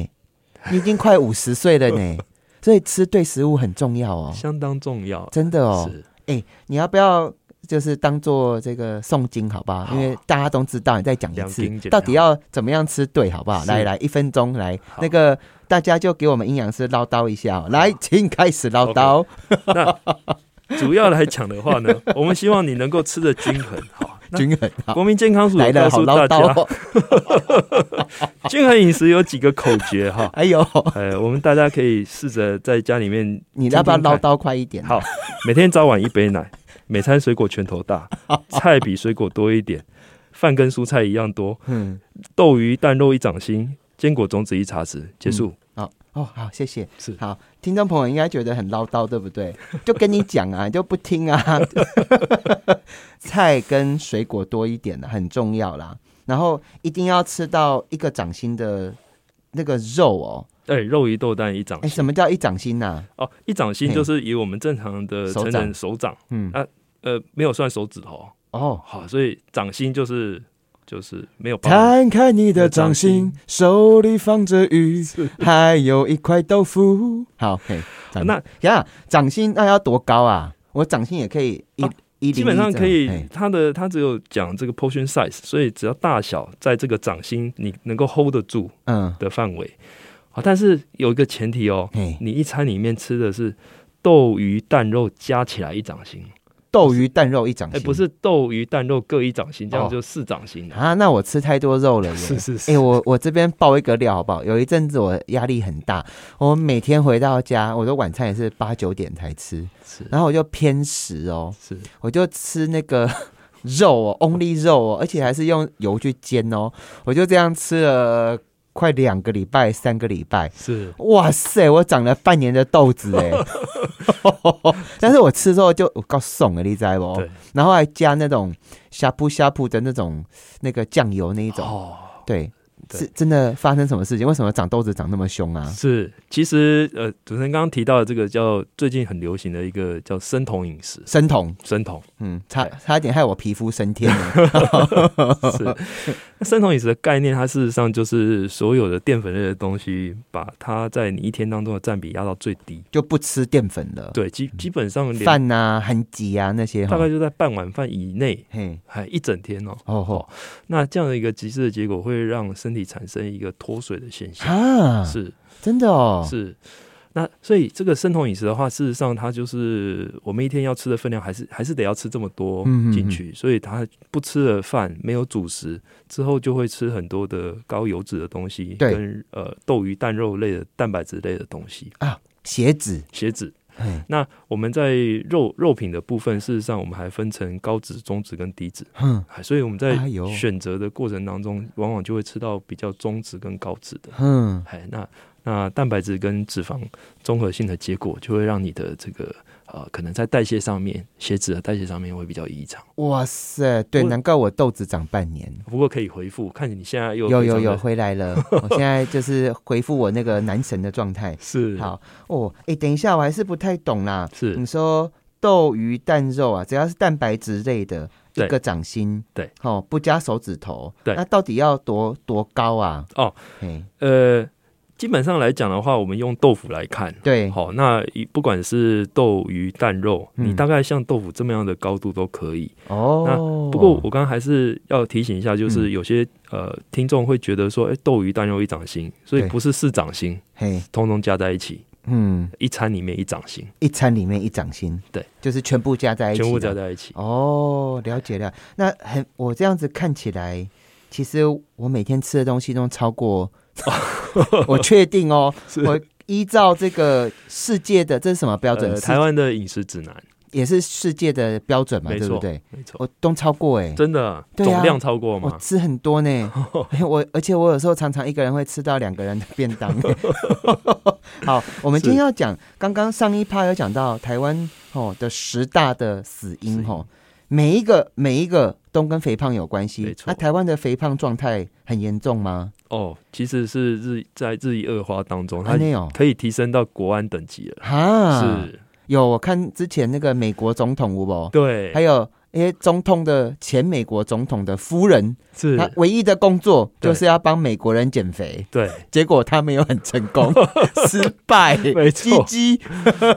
Speaker 1: 你已经快五十岁了呢、 所以吃对食物很重要哦，
Speaker 2: 相当重要，
Speaker 1: 真的哦。
Speaker 2: 啊是
Speaker 1: 你要不要就是当做这个诵经好不好？
Speaker 2: 好
Speaker 1: 因为大家都知道，你再讲一
Speaker 2: 两
Speaker 1: 次
Speaker 2: 斤，减
Speaker 1: 到底要怎么样吃对好不好？
Speaker 2: 是
Speaker 1: 来来，一分钟来，
Speaker 2: 好
Speaker 1: 那个大家就给我们营养师唠叨一下、哦，来，请开始唠叨。
Speaker 2: 那主要来讲的 话呢，我们希望你能够吃的均衡。好，那
Speaker 1: 均衡好，
Speaker 2: 国民健康署
Speaker 1: 来
Speaker 2: 有告
Speaker 1: 了，好
Speaker 2: 诉
Speaker 1: 唠
Speaker 2: 大
Speaker 1: 叨
Speaker 2: 家，
Speaker 1: 哦。。
Speaker 2: 均衡饮食有几个口诀哈
Speaker 1: 哎 呦，
Speaker 2: 呃，我们大家可以试着在家里面，
Speaker 1: 你要不要
Speaker 2: 听听看
Speaker 1: 唠叨快一点？
Speaker 2: 好， 每天早晚一杯奶，每餐水果拳头大，菜比水果多一点，饭跟蔬菜一样多，
Speaker 1: 嗯，
Speaker 2: 豆鱼蛋肉一掌心，坚果种子一茶匙，结束。
Speaker 1: 好哦，好，谢谢。
Speaker 2: 嗯是
Speaker 1: 好，听众朋友应该觉得很唠叨，对不对？ 就跟你讲啊，你就不听啊。 菜跟水果多一点啊很重要啦。然后一定要吃到一个掌心的那个肉哦。
Speaker 2: 哎、肉鱼豆蛋一掌
Speaker 1: 哎，
Speaker 2: 心
Speaker 1: 什么叫一掌心呐、啊
Speaker 2: 哦，一掌心
Speaker 1: 嘿
Speaker 2: 就是以我们正常的
Speaker 1: 手
Speaker 2: 成
Speaker 1: 掌
Speaker 2: 人手掌，
Speaker 1: 嗯，
Speaker 2: 呃，没有算手指头，
Speaker 1: 哦，
Speaker 2: 好，所以掌心就是就是没有包啊
Speaker 1: 摊
Speaker 2: 含
Speaker 1: 开你的掌心，手里放着鱼，还有一块豆腐。好，可以。掌
Speaker 2: 那
Speaker 1: 呀，掌心那要多高啊？我掌心也可以一
Speaker 2: 啊
Speaker 1: 一零一
Speaker 2: 基本上
Speaker 1: 这
Speaker 2: 可
Speaker 1: 样哎
Speaker 2: 以
Speaker 1: 嘿，
Speaker 2: 它的它只有讲这个 portion size，所以只要大小在这个掌心你能够 hold 得住
Speaker 1: 嗯，
Speaker 2: 的范围，好，但是有一个前提哦，
Speaker 1: 嘿，
Speaker 2: 你一餐里面吃的是豆鱼蛋肉加起来一掌心，
Speaker 1: 豆鱼蛋肉一掌
Speaker 2: 哎，
Speaker 1: 心，
Speaker 2: 不是豆鱼蛋肉各一掌心，这
Speaker 1: 哦
Speaker 2: 样就四掌心了。
Speaker 1: 啊？那我吃太多肉了耶。
Speaker 2: 是是是
Speaker 1: 哎、我我这边爆一个料好不好？有一阵子我压力很大，我每天回到家，我的晚餐也是八九点才吃，
Speaker 2: 是
Speaker 1: 然后我就偏食哦，
Speaker 2: 是，
Speaker 1: 我就吃那个 肉哦，only 肉哦，而且还是用油去煎哦，我就这样吃了快两个礼拜、三个礼拜。
Speaker 2: 是
Speaker 1: 哇塞，我长了半年的豆子 哎！但是我吃之后就我告怂了，你知道不
Speaker 2: 对？
Speaker 1: 然后还加那种呷哺呷哺的那种那个酱油那一种，
Speaker 2: 哦，
Speaker 1: 对，
Speaker 2: 对
Speaker 1: 是真的发生什么事情？为什么长豆子长那么凶 啊？
Speaker 2: 是，其实呃，主持人刚刚提到的这个叫最近很流行的一个叫生酮饮食，
Speaker 1: 生酮，
Speaker 2: 生酮
Speaker 1: 嗯，差
Speaker 2: 对
Speaker 1: 差一点害我皮肤升天 了。
Speaker 2: 是。那生酮饮食的概念，它事实上就是所有的淀粉类的东西，把它在你一天当中的占比压到最低。
Speaker 1: 就不吃淀粉了，
Speaker 2: 对，基基本上连
Speaker 1: 嗯饭呐、含鸡啊那些哈
Speaker 2: 大，概就在半碗饭以内，
Speaker 1: 嘿，
Speaker 2: 还一整天哦。
Speaker 1: 哦吼，
Speaker 2: 那这样的一个极致的结果，会让身体产生一个脱水的现象。
Speaker 1: 哈，
Speaker 2: 是
Speaker 1: 真的哦，
Speaker 2: 是。那所以这个生酮饮食的话，事实上它就是我们一天要吃的分量，还是还是得要吃这么多
Speaker 1: 嗯嗯嗯
Speaker 2: 进去。所以它不吃了饭，没有主食之后，就会吃很多的高油脂的东西，
Speaker 1: 对
Speaker 2: 跟呃豆鱼蛋肉类的蛋白质类的东西，
Speaker 1: 鞋子，
Speaker 2: 血脂。
Speaker 1: 嘿，
Speaker 2: 那我们在肉肉品的部分，事实上我们还分成高脂、中脂跟低脂，
Speaker 1: 哼
Speaker 2: 啊所以我们在
Speaker 1: 哎呦
Speaker 2: 选择的过程当中，往往就会吃到比较中脂跟高脂的。
Speaker 1: 哼，
Speaker 2: 哎，那那蛋白质跟脂肪综合性的结果，就会让你的这个呃，可能在代谢上面，血脂的代谢上面会比较异常。
Speaker 1: 哇塞，对，
Speaker 2: 我
Speaker 1: 难怪我豆子长半年。
Speaker 2: 不过可以回复，看你现在又
Speaker 1: 有有
Speaker 2: 非常
Speaker 1: 有
Speaker 2: 的
Speaker 1: 回来 了，我现在就是回复我那个男神的状态。
Speaker 2: 是
Speaker 1: 好嗯哦，哎，等一下，我还是不太懂啦。
Speaker 2: 是
Speaker 1: 你说豆鱼蛋肉啊，只要是蛋白质类的，一
Speaker 2: 对
Speaker 1: 个掌心，
Speaker 2: 对，
Speaker 1: 哦，不加手指头，
Speaker 2: 对
Speaker 1: 那到底要多多高啊？
Speaker 2: 哦，
Speaker 1: 嘿，
Speaker 2: 呃，基本上来讲的话，我们用豆腐来看。
Speaker 1: 对，
Speaker 2: 好，那一不管是豆鱼蛋肉，
Speaker 1: 嗯
Speaker 2: 你大概像豆腐这么样的高度都可以。
Speaker 1: 哦，
Speaker 2: 不过我刚刚还是要提醒一下，就
Speaker 1: 嗯
Speaker 2: 是有些、呃听众会觉得说，哎、豆鱼蛋肉一掌心，所以
Speaker 1: 对
Speaker 2: 不是四掌心，
Speaker 1: 嘿，
Speaker 2: 通通加在一起，
Speaker 1: 嗯，
Speaker 2: 一餐里面一掌心，
Speaker 1: 一餐里面一掌心，
Speaker 2: 对，
Speaker 1: 就是全部加在一起，
Speaker 2: 全部加。在一起。
Speaker 1: 哦，了解了。那很，我这样子看起来，其实我每天吃的东西都超 过，我确定哦，我依照这个世界的这是什么标准？
Speaker 2: 呃
Speaker 1: 世
Speaker 2: 台湾的饮食指南，
Speaker 1: 也是世界的标准嘛，
Speaker 2: 没
Speaker 1: 对
Speaker 2: 错
Speaker 1: 不对？
Speaker 2: 没错，
Speaker 1: 我都超过哎、
Speaker 2: 真的
Speaker 1: 哦对啊
Speaker 2: 总量超过
Speaker 1: 我
Speaker 2: 吗？
Speaker 1: 吃很多 呢，哎我而且我有时候常常一个人会吃到两个人的便当。 好，我们今天要讲，刚刚上一趴有讲到台湾哦的十大的死因
Speaker 2: 死因
Speaker 1: 哦，每一个每一个都跟肥胖有关
Speaker 2: 没
Speaker 1: 系。
Speaker 2: 错
Speaker 1: 那、台湾的肥胖状态很严重吗？
Speaker 2: 哦，其实是日在日益恶化当中，它
Speaker 1: 啊还没有
Speaker 2: 可以提升到国安等级了。
Speaker 1: 哈，
Speaker 2: 是，
Speaker 1: 有我看之前那个美国总统吴伯，
Speaker 2: 对，
Speaker 1: 还有一些总统的前美国总统的夫人，
Speaker 2: 是，
Speaker 1: 他唯一的工作
Speaker 2: 对
Speaker 1: 就是要帮美国人减肥，
Speaker 2: 对，
Speaker 1: 结果他没有很成 功，失败，
Speaker 2: 没错
Speaker 1: 鸡鸡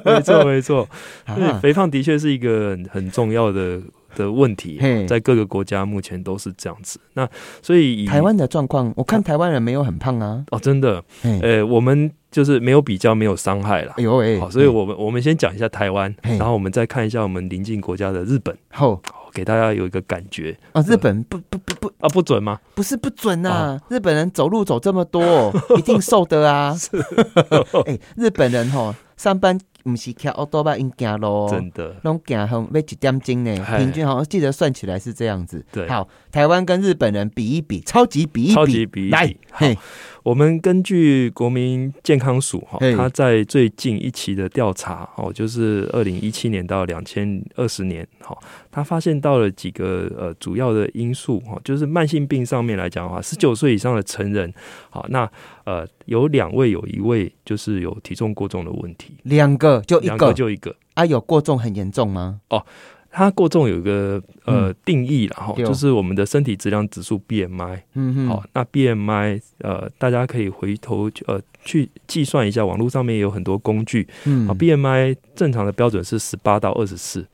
Speaker 2: 没错，没错。所 以
Speaker 1: 啊，
Speaker 2: 肥胖的确是一个很很重要的的问题
Speaker 1: 嘿，
Speaker 2: 在各个国家目前都是这样子。那所以以
Speaker 1: 台湾的状况，我看台湾人没有很胖啊，
Speaker 2: 哦，真的，
Speaker 1: 嘿
Speaker 2: 呃，我们就是没有比较，没有伤害啦
Speaker 1: 哎。呦喂，
Speaker 2: 好，所以我们我们先讲一下台湾，
Speaker 1: 嘿
Speaker 2: 然后我们再看一下我们邻近国家的日本，
Speaker 1: 后
Speaker 2: 好给大家有一个感觉
Speaker 1: 啊，日本不不不不
Speaker 2: 啊，不准吗？
Speaker 1: 不是不准
Speaker 2: 哦
Speaker 1: 呐，日本人走路 走这么多，一定瘦的啊，哎，日本人吼上班。毋是骑奥多巴因行路哦，
Speaker 2: 真的
Speaker 1: 拢行很要一点钟呢，
Speaker 2: 嘿
Speaker 1: 平均好像记得算起来是这样子。
Speaker 2: 对
Speaker 1: 好，台湾跟日本人比一比，超级比一比，
Speaker 2: 超级比一比
Speaker 1: 来，
Speaker 2: 好
Speaker 1: 嘿，
Speaker 2: 我们根据国民健康署哈
Speaker 1: 嘿，
Speaker 2: 它在最近一期的调查哦，就是二零一七年到两千二十年哈，它发现到了几个呃主要的因素哈，就是慢性病上面来讲的话，十九岁以上的成人好，那呃有两位有一位就是有体重过重的问题，
Speaker 1: 两个就一
Speaker 2: 两
Speaker 1: 个，
Speaker 2: 就一个。
Speaker 1: 啊，有过重很严重吗？
Speaker 2: 它过重有一个呃、定义啦，然后
Speaker 1: 对哦
Speaker 2: 就是我们的身体质量指数 BMI，
Speaker 1: 嗯哼，
Speaker 2: 好，那 BMI 呃，大家可以回头呃去计算一下，网络上面也有很多工具。
Speaker 1: 嗯，
Speaker 2: 好，BMI 正常的标准是十八到二十四，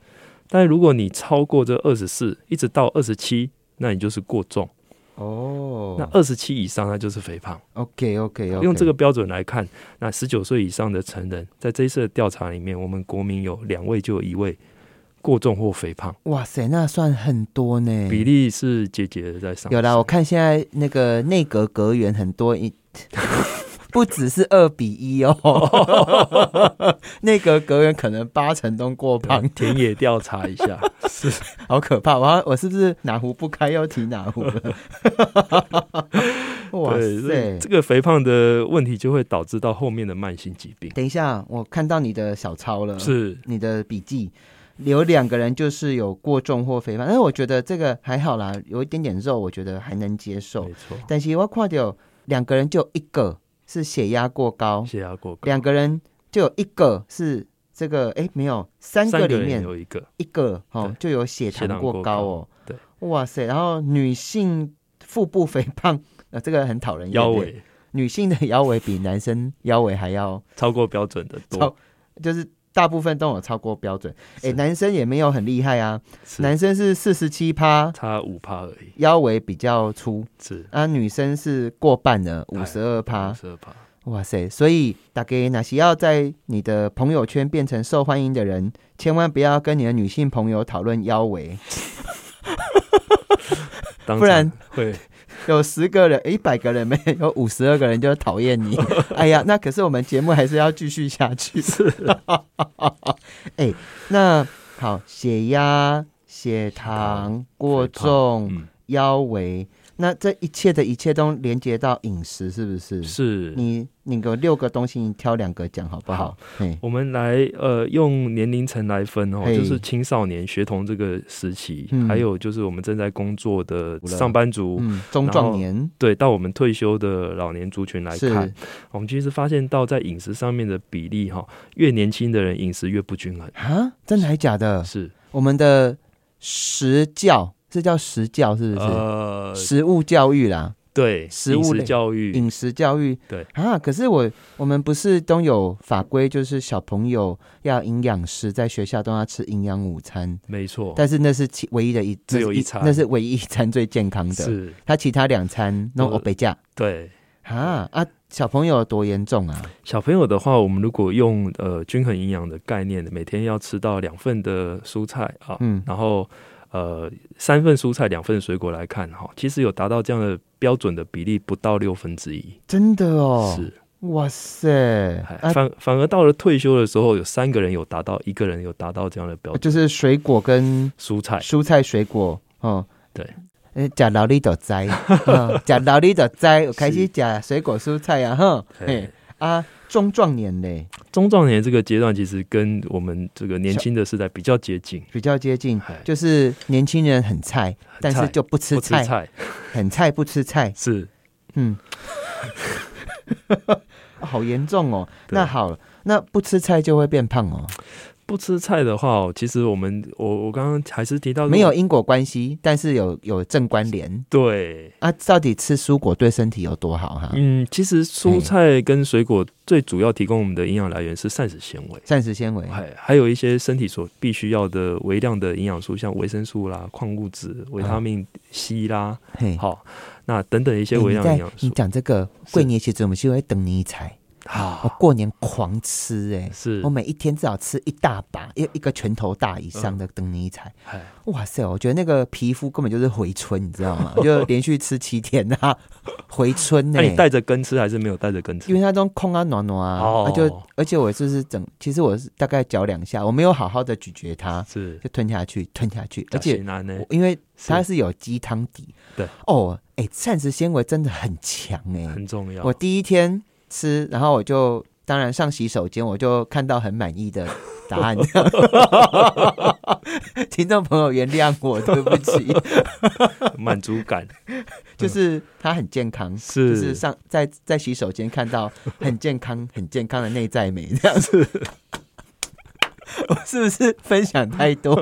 Speaker 2: 但如果你超过这二十四，一直到二十七，那你就是过重。
Speaker 1: 哦，
Speaker 2: 那二十七以上，那就是肥胖。
Speaker 1: OK OK OK，
Speaker 2: 用这个标准来看，那十九岁以上的成人，在这一次的调查里面，我们国民有两位就有一位过重或肥胖，
Speaker 1: 哇塞，那算很多呢，
Speaker 2: 比例是节节的在上升。
Speaker 1: 有啦，我看现在那个内阁阁员很多 一。不只是二比一哦， 内阁阁员可能八成都过胖，
Speaker 2: 田野调查一下，是
Speaker 1: 好可怕！我要我是不是哪壶不开又提哪壶了？ 哇
Speaker 2: 对，所以
Speaker 1: 塞！
Speaker 2: 这个肥胖的问题就会导致到后面的慢性疾病。
Speaker 1: 等一下，我看到你的小抄了，
Speaker 2: 是，
Speaker 1: 你的笔记。有两个人就是有过重或肥胖，但是我觉得这个还好啦，有一点点肉，我觉得还能接受
Speaker 2: 没。错，
Speaker 1: 但是我看到两个人就有一个是血压过高，
Speaker 2: 血压过高，
Speaker 1: 两个人就有一个是这个，哎，没有，三
Speaker 2: 三
Speaker 1: 个里
Speaker 2: 人
Speaker 1: 面
Speaker 2: 有一个
Speaker 1: 一个哦
Speaker 2: 对，
Speaker 1: 就有血
Speaker 2: 血
Speaker 1: 糖
Speaker 2: 糖
Speaker 1: 过
Speaker 2: 过
Speaker 1: 高
Speaker 2: 高
Speaker 1: 哦。
Speaker 2: 对，
Speaker 1: 哇塞！然后女性腹部肥胖， 呃，这个很讨人厌。
Speaker 2: 腰，围
Speaker 1: 女性的腰围比男生腰围还要，
Speaker 2: 超过标准的
Speaker 1: 超
Speaker 2: 多，
Speaker 1: 就是大部分都有超过标准。哎，
Speaker 2: 是
Speaker 1: 男生也没有很厉害啊，
Speaker 2: 是
Speaker 1: 男生是四十七趴，
Speaker 2: 差五趴而已，
Speaker 1: 腰围比较粗，
Speaker 2: 是
Speaker 1: 啊，女生是过半了，
Speaker 2: 哎
Speaker 1: 五十二趴。
Speaker 2: 十二趴。
Speaker 1: 哇塞！所以大概哪些要在你的朋友圈变成受欢迎的人，千万不要跟你的女性朋友讨论腰围，
Speaker 2: 当
Speaker 1: 不然
Speaker 2: 场会
Speaker 1: 有十个人、一百个人没有，五十二个人就讨厌你。哎呀，那可是我们节目还是要继续下去。 是，哎，那好，血压、血糖过重、
Speaker 2: 嗯
Speaker 1: 腰围，那这一切的一切都连接到饮食，是不是？
Speaker 2: 是
Speaker 1: 你你给我六个东西，你挑两个讲好不好？嘿，
Speaker 2: 我们来呃用年龄层来分哦，
Speaker 1: 嘿
Speaker 2: 就是青少年、学童这个时期，
Speaker 1: 嗯
Speaker 2: 还有就是我们正在工作的
Speaker 1: 了
Speaker 2: 上班族，
Speaker 1: 嗯，中
Speaker 2: 然
Speaker 1: 壮
Speaker 2: 后
Speaker 1: 年
Speaker 2: 对，到我们退休的老年族群来
Speaker 1: 是
Speaker 2: 看，我们其实发现到在饮食上面的比例哈，越年轻的人饮食越不均衡，
Speaker 1: 啊，真的还假的？
Speaker 2: 是
Speaker 1: 我们的食教是叫食教是不是？
Speaker 2: 呃
Speaker 1: 食物教育啦，
Speaker 2: 对
Speaker 1: 食
Speaker 2: 饮
Speaker 1: 物
Speaker 2: 食
Speaker 1: 类
Speaker 2: 教育
Speaker 1: 饮食教育。
Speaker 2: 对
Speaker 1: 啊，可是我我们不是都有法规，就是小朋友要营养师在学校都要吃营养午餐，
Speaker 2: 没错，
Speaker 1: 但是那是其唯一的一
Speaker 2: 哦只有
Speaker 1: 那是
Speaker 2: 一餐
Speaker 1: 那是唯一一餐最健康的。
Speaker 2: 是
Speaker 1: 他其他两餐弄
Speaker 2: 呃
Speaker 1: 欧北架
Speaker 2: 对。
Speaker 1: 啊啊，小朋友有多严重啊？
Speaker 2: 小朋友的话，我们如果用呃均衡营养的概念，每天要吃到两份的蔬菜啊，
Speaker 1: 嗯
Speaker 2: 然后呃三份蔬菜两份水果来看哈，其实有达到这样的标准的比例不到六分之一，
Speaker 1: 真的哦，
Speaker 2: 是，
Speaker 1: 哇塞
Speaker 2: 哎
Speaker 1: 啊！
Speaker 2: 反反而到了退休的时候，有三个人有达到，一个人有达到这样的标准。
Speaker 1: 就是水果跟
Speaker 2: 蔬菜
Speaker 1: 蔬菜水果，哦，
Speaker 2: 对
Speaker 1: 呃，假劳力的 摘，嗯假劳力的摘，我开始假水果蔬菜啊，哼，嘿
Speaker 2: 嘿
Speaker 1: 啊，中壮年嘞
Speaker 2: 中壮年这个阶段，其实跟我们这个年轻的时代比较接近，
Speaker 1: 比较接近，
Speaker 2: 哎
Speaker 1: 就是年轻人很菜，但是就不吃
Speaker 2: 不吃
Speaker 1: 菜，
Speaker 2: 菜
Speaker 1: 很菜不吃菜，
Speaker 2: 是
Speaker 1: 嗯，好严重哦。
Speaker 2: 对
Speaker 1: 那好，那不吃菜就会变胖哦，
Speaker 2: 不吃菜的话哦，其实我们我我刚刚还是提到
Speaker 1: 没有因果关系，但是有有正关联
Speaker 2: 对。
Speaker 1: 啊。到底吃蔬果对身体有多好哈？
Speaker 2: 嗯，其实
Speaker 1: 嘿
Speaker 2: 蔬菜跟水果最主要提供我们的营养来源是膳食纤维，
Speaker 1: 膳食纤维，
Speaker 2: 还还有一些身体所必须要的微量的营养素，像维生素啦、矿物质、维他命 C 啦，
Speaker 1: 嘿。
Speaker 2: 好，那等等一些
Speaker 1: 欸
Speaker 2: 微量
Speaker 1: 嗯你在
Speaker 2: 营养素
Speaker 1: 你。讲这个，
Speaker 2: 是
Speaker 1: 过年其实我们是会等你一彩，我
Speaker 2: 啊，
Speaker 1: 过年狂吃哎、
Speaker 2: 是
Speaker 1: 我，每一天至少吃一大把，一一个拳头大以上的等你一踩，
Speaker 2: 哎，
Speaker 1: 哇塞！我觉得那个皮肤根本就是回春，你知道 吗？就连续吃七天啊， 回春呢、
Speaker 2: 那你带着根吃还是没有带着根吃
Speaker 1: 因？为它都空啊暖暖啊，啊
Speaker 2: 哦
Speaker 1: 就而且我就是整，其实我是大概嚼两下，我没有好好的咀嚼它，
Speaker 2: 是，
Speaker 1: 就吞下去，吞下去，而且
Speaker 2: 难呢，
Speaker 1: 我因为它
Speaker 2: 是
Speaker 1: 是有鸡汤底，
Speaker 2: 对
Speaker 1: 哦，哎、膳食纤维真的很强哎、
Speaker 2: 很重要
Speaker 1: 我。第一天吃，然后我就当然上洗手间，我就看到很满意的答案。听众朋友原谅我，对不起，
Speaker 2: 满足感
Speaker 1: 就是它很健康。 就是
Speaker 2: 是
Speaker 1: 上在在洗手间看到很健康、很健康的内在美这样子，我是不是分享太多？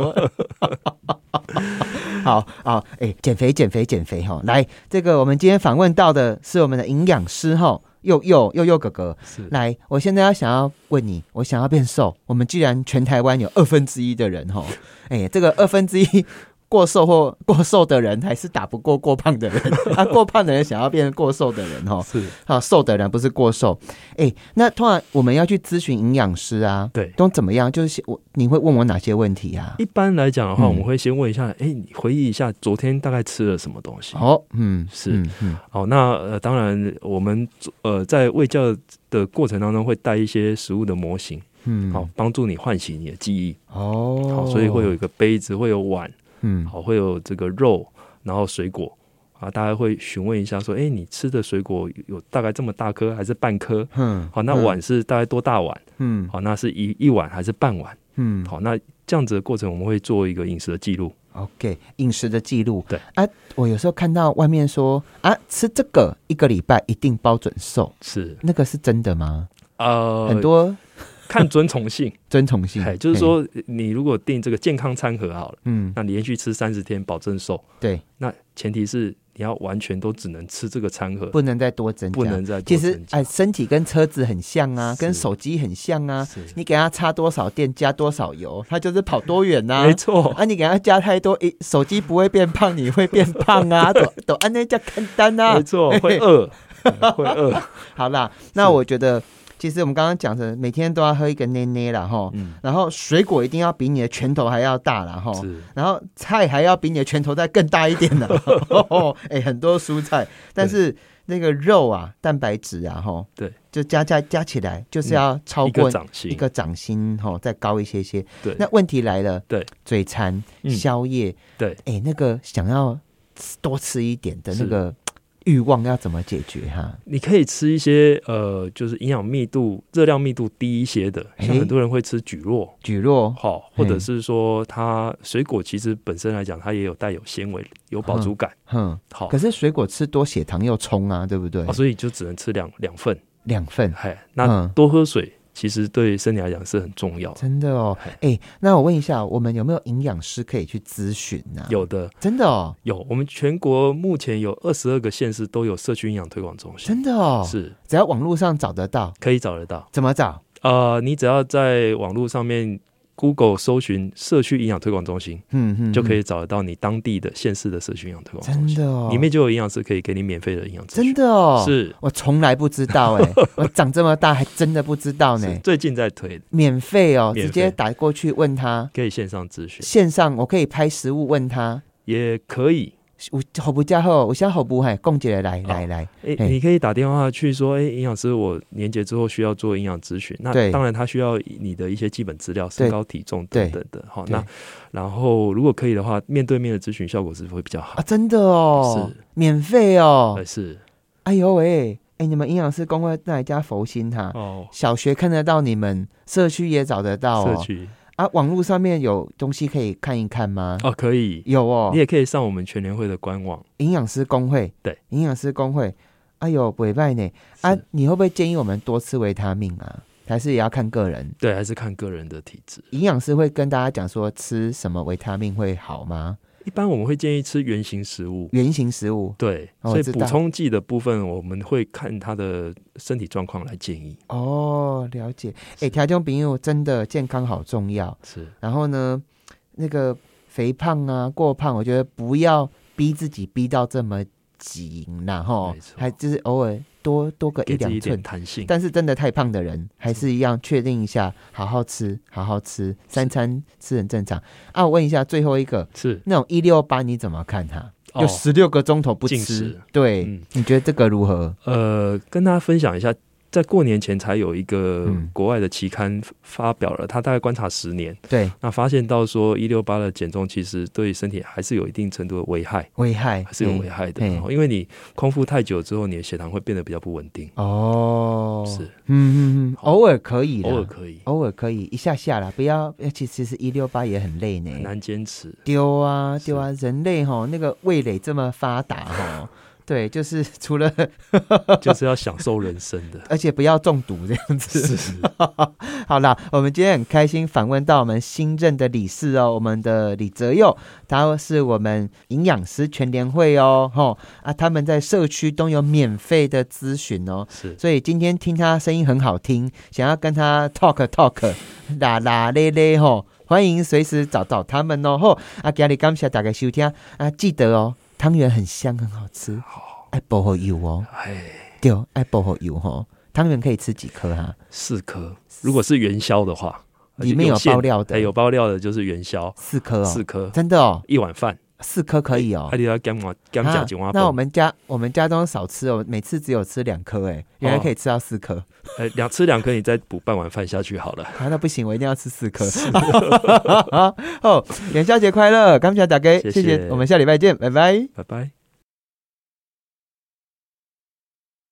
Speaker 1: 好好，哎、减肥、减肥、减肥哈！来，这个我们今天访问到的是我们的营养师哈，佑佑佑佑哥哥。
Speaker 2: 是
Speaker 1: 来，我现在要想要问你，我想要变瘦。我们既然全台湾有二分之一的人哈，哎、这个二分之一过瘦或过瘦的人还是打不过过胖的人， 啊，过胖的人想要变成过瘦的人哈，
Speaker 2: 是，
Speaker 1: 啊，瘦的人不是过瘦。哎、那通常我们要去咨询营养师啊，
Speaker 2: 对。
Speaker 1: 都怎么样？就是我你会问我哪些问题啊？
Speaker 2: 一般来讲的话，
Speaker 1: 嗯
Speaker 2: 我们会先问一下，哎，你回忆一下昨天大概吃了什么东西？
Speaker 1: 哦，嗯，
Speaker 2: 是
Speaker 1: 嗯嗯
Speaker 2: 哦，那呃，当然我们呃在喂教的过程当中会带一些食物的模型，
Speaker 1: 嗯，
Speaker 2: 好帮助你唤起你的记忆。
Speaker 1: 哦，
Speaker 2: 好，所以会有一个杯子，会有碗，
Speaker 1: 嗯，
Speaker 2: 好，会有这个肉，然后水果啊，大家会询问一下说，哎，你吃的水果有大概这么大颗还是半颗？
Speaker 1: 嗯，
Speaker 2: 好，那碗是大概多大碗？
Speaker 1: 嗯，
Speaker 2: 好，那是一一碗还是半碗？
Speaker 1: 嗯嗯
Speaker 2: 好，那这样子的过程我们会做一个饮食的记录。
Speaker 1: ，OK，饮食的记录，
Speaker 2: 对
Speaker 1: 啊，我有时候看到外面说啊，吃这个一个礼拜一定包准瘦，
Speaker 2: 是
Speaker 1: 那个是真的吗？
Speaker 2: 呃，
Speaker 1: 很多 嗯
Speaker 2: 看遵从性，
Speaker 1: 遵从性
Speaker 2: 哎，，就是
Speaker 1: 嘿，
Speaker 2: 说你如果定这个健康餐盒好了，
Speaker 1: 嗯，
Speaker 2: 那连续吃三十天保证瘦，
Speaker 1: 对，
Speaker 2: 那前提是你要完全都只能吃这个餐盒，
Speaker 1: 不能再多增加，
Speaker 2: 不能再多
Speaker 1: 其实
Speaker 2: 增加
Speaker 1: 哎，身体跟车子很像啊，
Speaker 2: 是
Speaker 1: 跟手机很像啊。
Speaker 2: 是
Speaker 1: 你给它插多少电，加多少油，它就是跑多远呐、
Speaker 2: 没错，
Speaker 1: 啊，你给它加太多，诶，手机不会变胖，你会变胖 啊。都都按那叫看单啊
Speaker 2: 没。错，会 饿，嗯会饿，
Speaker 1: 好啦，那我觉得其实我们刚刚讲的，每天都要喝一个奶奶啦哈。
Speaker 2: 嗯，
Speaker 1: 然后水果一定要比你的拳头还要大啦哈。
Speaker 2: 是
Speaker 1: 然后菜还要比你的拳头再更大一 点呢、哦，哎、很多蔬菜，但是那个肉啊，蛋白质啊，吼，
Speaker 2: 对，嗯
Speaker 1: 就加加加起来，就是要超
Speaker 2: 一
Speaker 1: 过
Speaker 2: 个掌心，
Speaker 1: 一个掌心，吼，再高一些些。
Speaker 2: 对，
Speaker 1: 那问题来了，
Speaker 2: 对，
Speaker 1: 嘴馋、
Speaker 2: 嗯
Speaker 1: 宵夜，
Speaker 2: 对，
Speaker 1: 哎、那个想要吃多吃一点的那
Speaker 2: 是
Speaker 1: 个欲望要怎么解决哈、
Speaker 2: 你可以吃一些呃，就是营养密度、热量密度低一些的，像
Speaker 1: 诶
Speaker 2: 很多人会吃蒟蒻，
Speaker 1: 举若，
Speaker 2: 好，或者
Speaker 1: 嗯
Speaker 2: 是说它水果其实本身来讲，它也有带有纤维，有
Speaker 1: 嗯
Speaker 2: 饱足感，
Speaker 1: 哼，
Speaker 2: 好
Speaker 1: 可，是水果吃多血糖又冲啊，对不对
Speaker 2: 啊，？所以就只能吃两两份，
Speaker 1: 两份，
Speaker 2: 哎，
Speaker 1: 嗯
Speaker 2: 那多喝水其实对身体来讲是很重要的，
Speaker 1: 真的哦，
Speaker 2: 哎
Speaker 1: 哎、那我问一下，我们有没有营养师可以去咨询呢？，
Speaker 2: 有的
Speaker 1: 真的哦，
Speaker 2: 有，我们全国目前有二十二个县市都有社区营养推广中心，
Speaker 1: 真的哦，
Speaker 2: 是
Speaker 1: 只要网络上找得到，
Speaker 2: 可以找得到，
Speaker 1: 怎么找？
Speaker 2: 呃，你只要在网络上面 Google 搜寻社区营养推广中心。
Speaker 1: 嗯嗯，
Speaker 2: 就可
Speaker 1: 以，
Speaker 2: 以找得到你当地的县市的社区营养推广中
Speaker 1: 真
Speaker 2: 心，
Speaker 1: 的哦，
Speaker 2: 里面就有营养师可以给你免费的营养咨
Speaker 1: 真
Speaker 2: 询。
Speaker 1: 的哦，
Speaker 2: 是
Speaker 1: 我从来不知道 哎、我长这么大还真的不知道呢
Speaker 2: 是，最近在推，
Speaker 1: 免费哦，
Speaker 2: 免
Speaker 1: 直
Speaker 2: 费
Speaker 1: 接打过去问他，
Speaker 2: 可以线上咨询，
Speaker 1: 线上我可以拍食物问他，
Speaker 2: 也可以。
Speaker 1: 我好不加厚，我现在好不嗨，共姐来
Speaker 2: 哦
Speaker 1: 来来，
Speaker 2: 诶、
Speaker 1: 嘿
Speaker 2: 你可以打电话去说，诶、营养师，我年节之后需要做营养咨询。那
Speaker 1: 对
Speaker 2: 当然，他需要你的一些基本资料，身高、体重
Speaker 1: 对
Speaker 2: 等等的。好，
Speaker 1: 对
Speaker 2: 那然后如果可以的话，面对面的咨询效果是会比较好
Speaker 1: 啊，。真的哦
Speaker 2: 是，
Speaker 1: 免费哦
Speaker 2: 呃，，是
Speaker 1: 哎呦喂，哎，你们营养师工会那一家佛心哈、
Speaker 2: 哦，
Speaker 1: 小学看得到你们，社区也找得到
Speaker 2: 社
Speaker 1: 哦。
Speaker 2: 区
Speaker 1: 啊，网络上面有东西可以看一看吗？
Speaker 2: 哦，可以。
Speaker 1: 有啊哦
Speaker 2: 你，也可以上我们全联会的官网。
Speaker 1: 营养师工会。
Speaker 2: 对，
Speaker 1: 营养师工会。哎呦，委拜呢！啊
Speaker 2: 是，
Speaker 1: 你会不会建议我们多吃维他命啊？还是也要看个人？
Speaker 2: 对，还是看个人的体质。
Speaker 1: 营养师会跟大家讲说吃什么维他命会好吗？
Speaker 2: 一般我们会建议吃原型食物，
Speaker 1: 原型食物
Speaker 2: 对，
Speaker 1: 哦
Speaker 2: 所以
Speaker 1: 我知
Speaker 2: 补
Speaker 1: 道
Speaker 2: 充剂的部分，我们会看他的身体状况来建议。
Speaker 1: 哦，了解。哎、
Speaker 2: 是
Speaker 1: 条件朋友真的健康好重要。
Speaker 2: 是
Speaker 1: 然后呢，那个肥胖啊、过胖，我觉得不要逼自己逼到这么基因啦，哈
Speaker 2: 没，错
Speaker 1: 还就是偶尔多多个一
Speaker 2: 给自己
Speaker 1: 两
Speaker 2: 一点
Speaker 1: 寸。
Speaker 2: 弹性。
Speaker 1: 但是真的太胖的人，还是一样确定一下，好好吃，好好吃，三餐吃很正常啊。我问一下最后一个，
Speaker 2: 是
Speaker 1: 那种一六八你怎么看它？
Speaker 2: 哦
Speaker 1: 就十六个钟头不
Speaker 2: 禁
Speaker 1: 吃
Speaker 2: 食，
Speaker 1: 对，
Speaker 2: 嗯
Speaker 1: 你觉得这个如何？
Speaker 2: 呃，跟大家分享一下，在过年前才有一个
Speaker 1: 嗯
Speaker 2: 国外的期刊发表了，他大概观察十年，
Speaker 1: 对，
Speaker 2: 那发现到说一六八的减重其实对身体还是有一定程度的危害，
Speaker 1: 危害
Speaker 2: 还是有危害的
Speaker 1: 嗯。
Speaker 2: 哦因为你空腹太久之后，你的血糖会变得比较不稳定。
Speaker 1: 哦，
Speaker 2: 是，
Speaker 1: 嗯嗯嗯，
Speaker 2: 好
Speaker 1: 偶尔可以啦，
Speaker 2: 偶尔可以，
Speaker 1: 偶尔可以一下下啦，不要，呃其其实一六八也很累
Speaker 2: 很
Speaker 1: 呢，
Speaker 2: 难坚持。
Speaker 1: 丢啊丢啊，人类哈那个味蕾这么发达 哈，对，就是除了。
Speaker 2: 就是要享受人生的
Speaker 1: 而且不要中毒这样子。
Speaker 2: 是，
Speaker 1: 好啦，我们今天很开心访问到我们新任的理事哦，我们的李泽佑，他是我们营养师全联会哦，吼啊，他们在社区都有免费的咨询哦，
Speaker 2: 是，
Speaker 1: 所以今天听他声音很好听，想要跟他 talk talk 啦啦咧咧吼，欢迎随时找到他们哦。吼啊，今日感谢大家收听啊，记得哦，汤圆很香很好吃，
Speaker 2: 好，
Speaker 1: 爱薄荷油哦，
Speaker 2: 哎，
Speaker 1: 对，爱薄荷油吼，汤圆可以吃几颗啊？
Speaker 2: 四颗，如果是元宵的话，
Speaker 1: 里面有
Speaker 2: 馅
Speaker 1: 爆料的
Speaker 2: 哎，有包料的就是元宵，
Speaker 1: 四颗哦，
Speaker 2: 四颗，
Speaker 1: 真的哦，
Speaker 2: 一碗饭
Speaker 1: 四颗可以哦
Speaker 2: 还。得要干嘛干
Speaker 1: 啊
Speaker 2: 嘛几碗
Speaker 1: 那我们家我们家都少吃哦，每次只有吃两颗哎，原
Speaker 2: 哦
Speaker 1: 来可以吃到四颗，
Speaker 2: 哎，两吃两颗，你再补半碗饭下去好了。
Speaker 1: 啊那不行，我一定要吃四颗。 哦，元宵节快乐！感谢大家，
Speaker 2: 谢
Speaker 1: 谢
Speaker 2: 谢
Speaker 1: 谢，我们下礼拜见，拜拜。
Speaker 2: 拜拜。